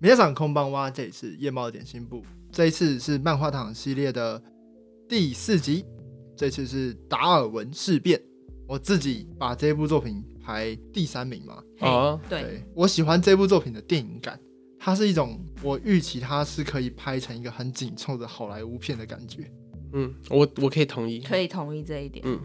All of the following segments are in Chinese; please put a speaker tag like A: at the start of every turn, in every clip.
A: 皆さん空棒蛙，这里是夜猫的点心部，这一次是漫画党系列的第四集，这次是达尔文事变。我自己把这部作品排第三名嘛，
B: 嘿
C: 哦
B: 对，
A: 我喜欢这部作品的电影感，它是一种我预期它是可以拍成一个很紧凑的好莱坞片的感觉，
C: 嗯，我我可以同意。
B: 可以同意这一点。
C: 嗯，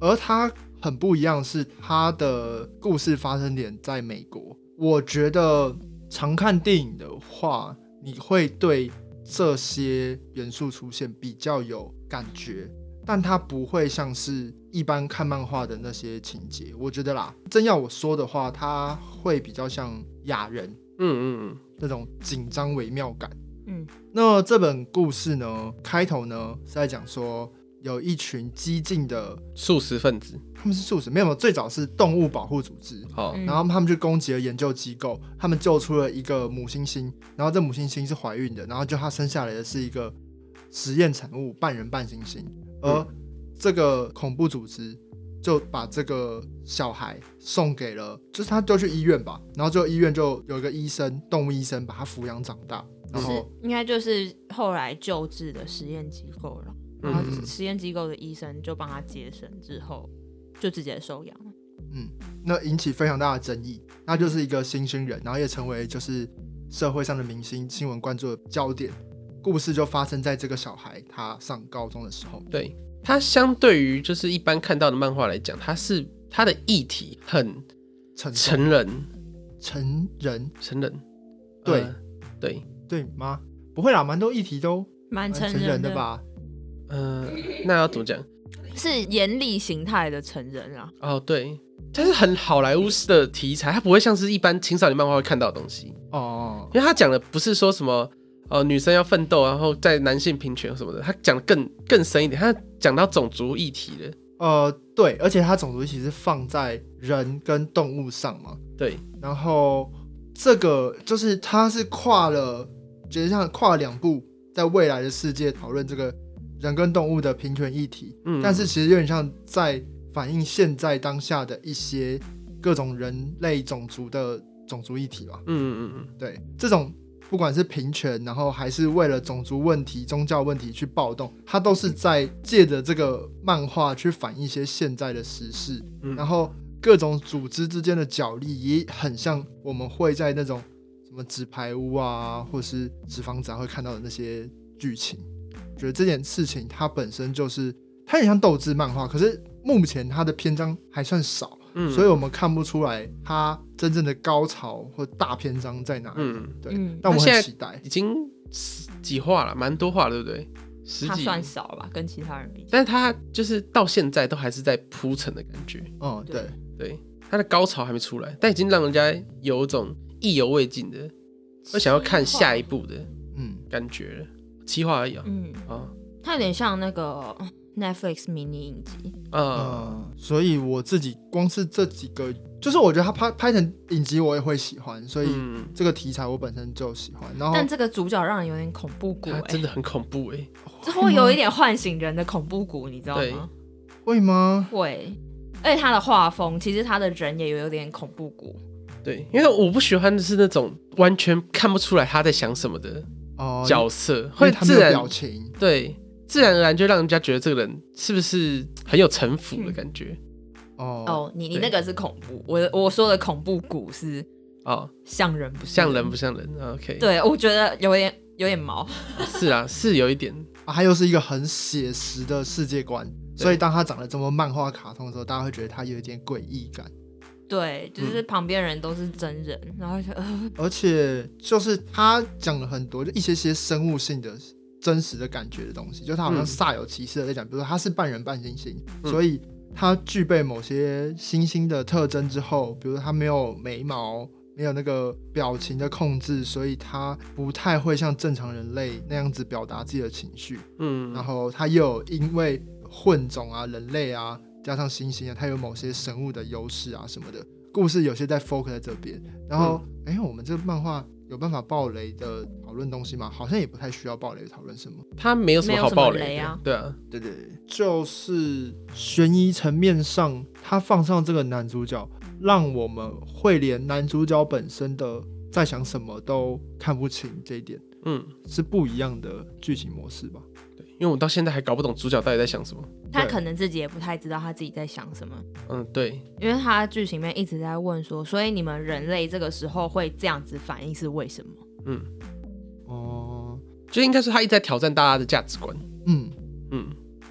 A: 而它很不一样是它的故事发生点在美国。我觉得常看电影的话，你会对这些元素出现比较有感觉，但它不会像是一般看漫画的那些情节。我觉得啦，真要我说的话，它会比较像雅人。
C: 嗯嗯
A: 那种紧张微妙感。
B: 嗯，
A: 那这本故事呢，开头呢是在讲说有一群激进的，
C: 嗯，素食分子。
A: 他们是素食，没有，最早是动物保护组织，
C: 好，
B: 嗯
A: 然后他们就攻击了研究机构，他们救出了一个母猩猩，然后这母猩猩是怀孕的，然后就它生下来的是一个实验产物，半人半猩猩，
B: 嗯
A: 而这个恐怖组织就把这个小孩送给了，就是他丢去医院吧，然后就医院就有一个医生，动物医生把他抚养长大，然
B: 是
A: 后
B: 应该就是后来救治的实验机构了，然后
C: 嗯
B: 实验机构的医生就帮他接生之后，就直接收养了。
A: 那引起非常大的争议，他就是一个新兴人，然后也成为就是社会上的明星、新闻关注的焦点。故事就发生在这个小孩他上高中的时候。
C: 对它相对于就是一般看到的漫画来讲，它是它的议题很
A: 成成
C: 成人
A: 成人
C: 成人。
A: 对
C: 呃对，
A: 对吗？不会啦，蛮多议题都
B: 蛮
A: 蛮
B: 成
A: 成人
B: 的
A: 的？吧？
C: 呃，那要怎么讲？
B: 是严厉形态的成人啊，
C: 哦，对，它是很好莱坞式的题材，它不会像是一般青少年漫画会看到的东西，
A: 哦，
C: 因为它讲的不是说什么呃女生要奋斗，然后在男性平权什么的，它讲的更更深一点，它讲到种族议题了。
A: 呃，对，而且它种族一起是放在人跟动物上嘛，
C: 对，
A: 然后这个就是它是跨了，觉得像跨了两步，在未来的世界讨论这个人跟动物的平权议题，
C: 嗯，
A: 但是其实有点像在反映现在当下的一些各种人类种族的种族议题吧。
C: 嗯嗯嗯
A: 对，这种不管是平权，然后还是为了种族问题、宗教问题去暴动，它都是在借着这个漫画去反映一些现在的时事，
C: 嗯，
A: 然后各种组织之间的角力也很像我们会在那种什么纸牌屋啊，或是纸房子啊会看到的那些剧情。觉得这件事情它本身就是它很像斗志漫画，可是目前它的篇章还算少，
C: 嗯
A: 所以我们看不出来它真正的高潮或大篇章在哪里。
C: 嗯。
A: 对，
B: 嗯
A: 但我
C: 那现
A: 很
C: 在
A: 期待。
C: 已经十几话了，蛮多话了，对不对？十
B: 他
C: 几，
B: 算少吧，跟其他人比起来。
C: 但是他就是到现在都还是在铺陈的感觉，
A: 嗯，对，
B: 对
C: 对，他的高潮还没出来，但已经让人家有一种意犹未尽的，会想要看下一步的
A: 嗯，
C: 感觉了。七话而已啊，
B: 嗯，
C: 啊
B: 它有点像那个 Netflix 迷你影集，
C: 啊，
A: 呃，所以我自己光是这几个，就是我觉得它拍拍成影集我也会喜欢，所以
C: 嗯，
A: 这个题材我本身就喜欢。然后，
B: 但这个主角让人有点恐怖谷、
C: 他
B: 欸，
C: 哦啊真的很恐怖哎，
B: 这会有一点唤醒人的恐怖谷，你知道
C: 对啊
B: 吗？
A: 会吗？
B: 会，而且他的画风，其实他的人也有点恐怖谷。
C: 对，因为我不喜欢的是那种完全看不出来他在想什么的
A: 哦、
C: 角色，
A: 因为
C: 会
A: 他没
C: 自
A: 有
C: 然
A: 表情。
C: 对，自然而然就让人家觉得这个人是不是很有城府的感觉
A: 哦
B: 哦，你你
C: 对
B: 那个是恐怖，我的我说的恐怖谷是
C: 哦，
B: 像人不是
C: 像人不像人啊？OK，，
B: 嗯对，我觉得有点有点毛。
C: 是啊，是有一点，
A: 啊它又是一个很写实的世界观，所以当它长得这么漫画卡通的时候，大家会觉得它有一点诡异感。
B: 对，
C: 嗯
B: 就是旁边人都是真人，然后就、呃、
A: 而且就是它讲了很多，就一些些生物性的真实的感觉的东西，就它好像
C: 嗯
A: 煞有其事的在讲，比如说它是半人半猩猩，
C: 嗯
A: 所以它具备某些猩猩的特征之后，比如说它没有眉毛。没有那个表情的控制，所以它不太会像正常人类那样子表达自己的情绪。
C: 嗯，
A: 然后它又有因为混种啊、人类啊，加上猩猩啊，它有某些生物的优势啊什么的。故事有些在 focus 在这边，然后哎、诶我们这个漫画有办法爆雷的讨论东西吗？好像也不太需要爆雷讨论什么。
C: 他没有什么好暴雷的
B: 没有什么
C: 对啊，
A: 对对对，就是悬疑层面上，他放上这个男主角，让我们会连男主角本身的在想什么都看不清，这一点
C: 嗯，
A: 是不一样的剧情模式吧？
C: 对，因为我到现在还搞不懂主角到底在想什么。
B: 他
A: 对
B: 可能自己也不太知道他自己在想什么，
C: 嗯，对，
B: 因为他剧情里面一直在问说，所以你们人类这个时候会这样子反应是为什么？
C: 嗯，
A: 哦、
C: 就应该是他一直在挑战大家的价值观。
A: 嗯，
C: 嗯，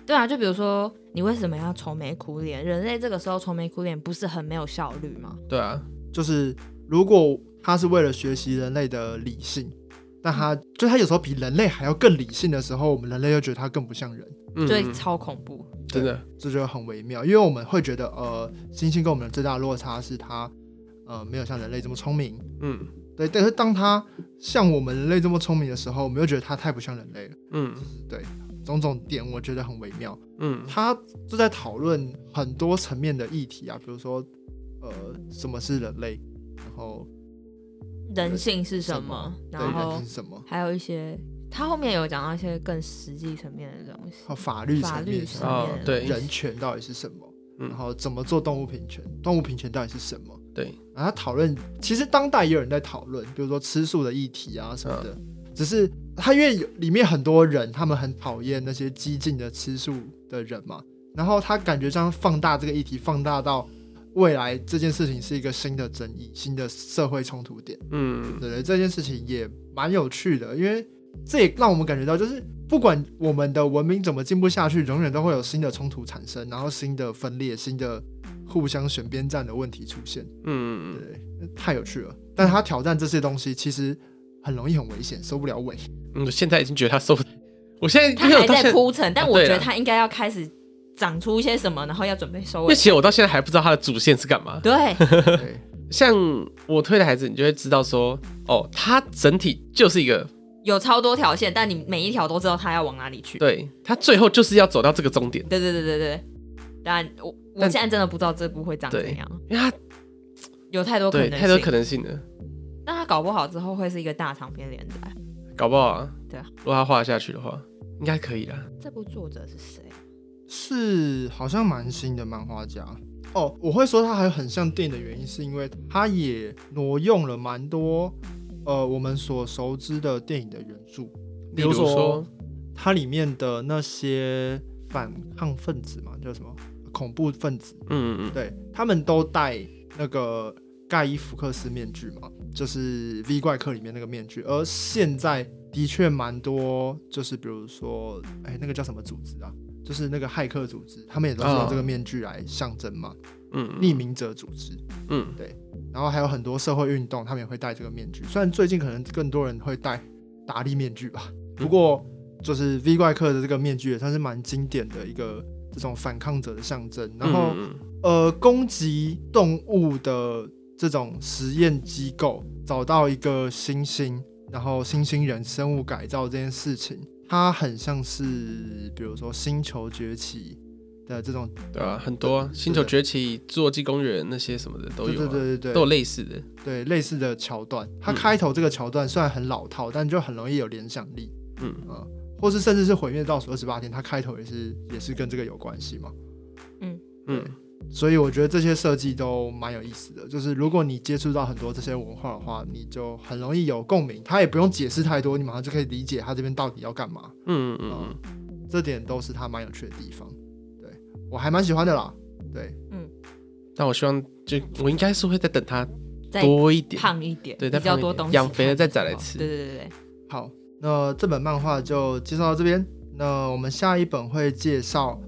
B: 对啊，就比如说你为什么要愁眉苦脸？人类这个时候愁眉苦脸不是很没有效率吗？
C: 对啊，
A: 就是如果他是为了学习人类的理性，但他就他有时候比人类还要更理性的时候，我们人类就觉得他更不像人，
C: 嗯，
B: 就会
C: 嗯
B: 超恐怖。
C: 真的，
A: 这就很微妙，因为我们会觉得呃，猩猩跟我们最大的落差是它呃没有像人类这么聪明，
C: 嗯
A: 对，但是当它像我们人类这么聪明的时候，我们又觉得它太不像人类了，
C: 嗯
A: 种种点我觉得很微妙。
C: 嗯
A: 他就在讨论很多层面的议题啊，比如说，呃，什么是人类，然后
B: 人性是什
A: 什
B: 么
A: 么？对
B: 然
A: 人
B: 后
A: 性是什么，
B: 还有一些，他后面有讲到一些更实际层面的东西，
A: 还有哦法律
B: 法
A: 层面
B: 律
A: 是什
B: 上
A: 么，
C: 哦
B: 面的
C: 对
B: 东西
A: 人权到底是什么，
C: 嗯
A: 然后怎么做动物平权，动物平权到底是什么？
C: 对，
A: 然后他讨论，其实当代也有人在讨论，比如说吃素的议题啊什么的，
C: 嗯
A: 只是他因为有里面很多人他们很讨厌那些激进的吃素的人嘛，然后他感觉这样放大这个议题，放大到未来这件事情是一个新的争议、新的社会冲突点。
C: 嗯
A: 对对，这件事情也蛮有趣的，因为这也让我们感觉到，就是不管我们的文明怎么进步下去，永远都会有新的冲突产生，然后新的分裂、新的互相选边站的问题出现。
C: 嗯，
A: 对，那太有趣了。但他挑战这些东西，其实很容易很危险，收不了尾。
C: 嗯，我现在已经觉得他受不了，我现在
B: 他
C: 因为我
B: 还
C: 到现
B: 在
C: 在，
B: 铺陈，但我
C: 对啊
B: 觉得
C: 啦
B: 他应该要开始长出一些什么，然后要准备收
C: 因为
B: 尾
C: 其。实我到现在还不知道他的主线是干嘛。
B: 对，
A: 对，
C: 像我推的孩子，你就会知道说，哦，他整体就是一个，
B: 有超多条线，但你每一条都知道他要往哪里去。
C: 对他最后就是要走到这个终点，
B: 对对对对对，但我我
C: 但
B: 现在真的不知道这部会长
C: 对
B: 怎样，
C: 因为他
B: 有太多可
C: 对
B: 能性。
C: 太多可能性了，
B: 那他搞不好之后会是一个大长篇连载。
C: 搞不好啊，
B: 对啊，
C: 如果他画下去的话，应该可以啦。
B: 这部作者是谁？
A: 是好像蛮新的漫画家哦。我会说他还很像电影的原因，是因为他也挪用了蛮多呃我们所熟知的电影的元素，
C: 例
A: 比
C: 如
A: 如
C: 说
A: 说，它里面的那些反抗分子嘛，叫什么恐怖分子，
C: 嗯嗯
A: 对他们都戴那个盖伊福克斯面具嘛，就是《V 怪客》里面那个面具。而现在的确蛮多，就是比如说，哎，那个叫什么组织啊？就是那个骇客组织，他们也都是
C: 哦
A: 用这个面具来象征嘛，
C: 嗯
A: 匿名者组织。
C: 嗯
A: 然后还有很多社会运动，他们也会戴这个面具。虽然最近可能更多人会戴达利面具吧，不过就是《V 怪客》的这个面具也算是蛮经典的一个这种反抗者的象征。然后。
C: 嗯
A: 呃攻击动物的这种实验机构找到一个猩猩，然后猩猩人生物改造这件事情，它很像是比如说《星球崛起》的这种，
C: 对啊，很多啊，《星球崛起》《侏罗纪公园》那些什么的都
A: 对对
C: 有、啊，
A: 对对
C: 都有
A: 对
C: 类似的。
A: 对类似的桥段。它
C: 嗯
A: 开头这个桥段虽然很老套，但就很容易有联想力，
C: 嗯，
A: 啊，或是甚至是毁灭倒数二十八天，它开头也是也是跟这个有关系嘛。
C: 嗯，
A: 所以我觉得这些设计都蛮有意思的，就是如果你接触到很多这些文化的话，你就很容易有共鸣。他也不用解释太多，你马上就可以理解他这边到底要干嘛。
C: 嗯嗯嗯
A: 这点都是他蛮有趣的地方。对我还蛮喜欢的啦。对，
C: 嗯。但我希望就我应该是会再等它
B: 再
C: 多一点。
B: 胖一点，
C: 对再
B: 比较
C: 胖一
B: 多
C: 点
B: 东西看的时候，
C: 养肥了再再来吃
B: 对对对对，
A: 好，那这本漫画就介绍到这边。那我们下一本会介绍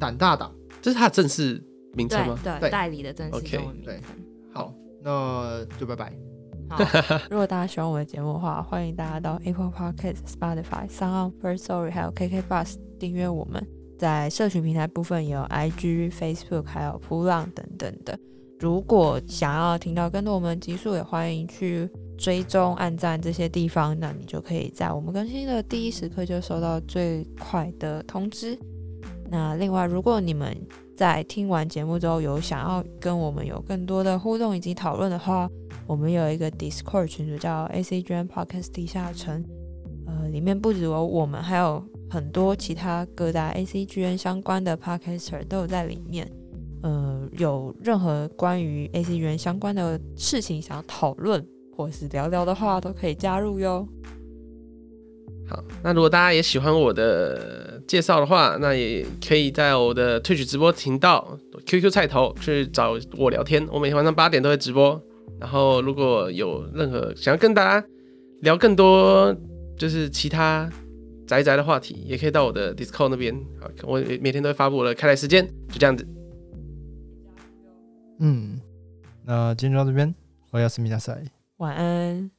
A: 胆大党。
C: 这是它的正式名称
B: 对
C: 吗？
A: 对
B: 对，代理的真是
C: OK，
B: 中文名
A: 对
B: 称。
A: 好，那就拜拜。
B: 好，
D: 如果大家喜欢我的节目的话，欢迎大家到 Apple Podcast、Spotify、s o u n First Story 还有 KK Bus 订阅我们。在社群平台部分有 IG、Facebook 还有扑浪等等的。如果想要听到更多我们的集数，也欢迎去追踪、按赞这些地方，那你就可以在我们更新的第一时刻就收到最快的通知。那另外，如果你们在听完节目之后有想要跟我们有更多的互动以及讨论的话，我们有一个 Discord 群组叫 ACGN Podcast 地下城，呃，里面不只有我们，还有很多其他各大 ACGN 相关的 Podcaster 都有在里面。呃，有任何关于 ACGN 相关的事情想要讨论，或是聊聊的话，都可以加入哟。
C: 好，那如果大家也喜欢我的介绍的话，那也可以在我的 Twitch 直播频道 QQ 菜头去找我聊天。我每天晚上八点都会直播。然后如果有任何想要跟大家聊更多，就是其他宅宅的话题，也可以到我的 Discord 那边。好，我每天都会发布我的开台时间，就这样子。
A: 嗯，那今天就到这边，我要思密达塞。
D: 晚安。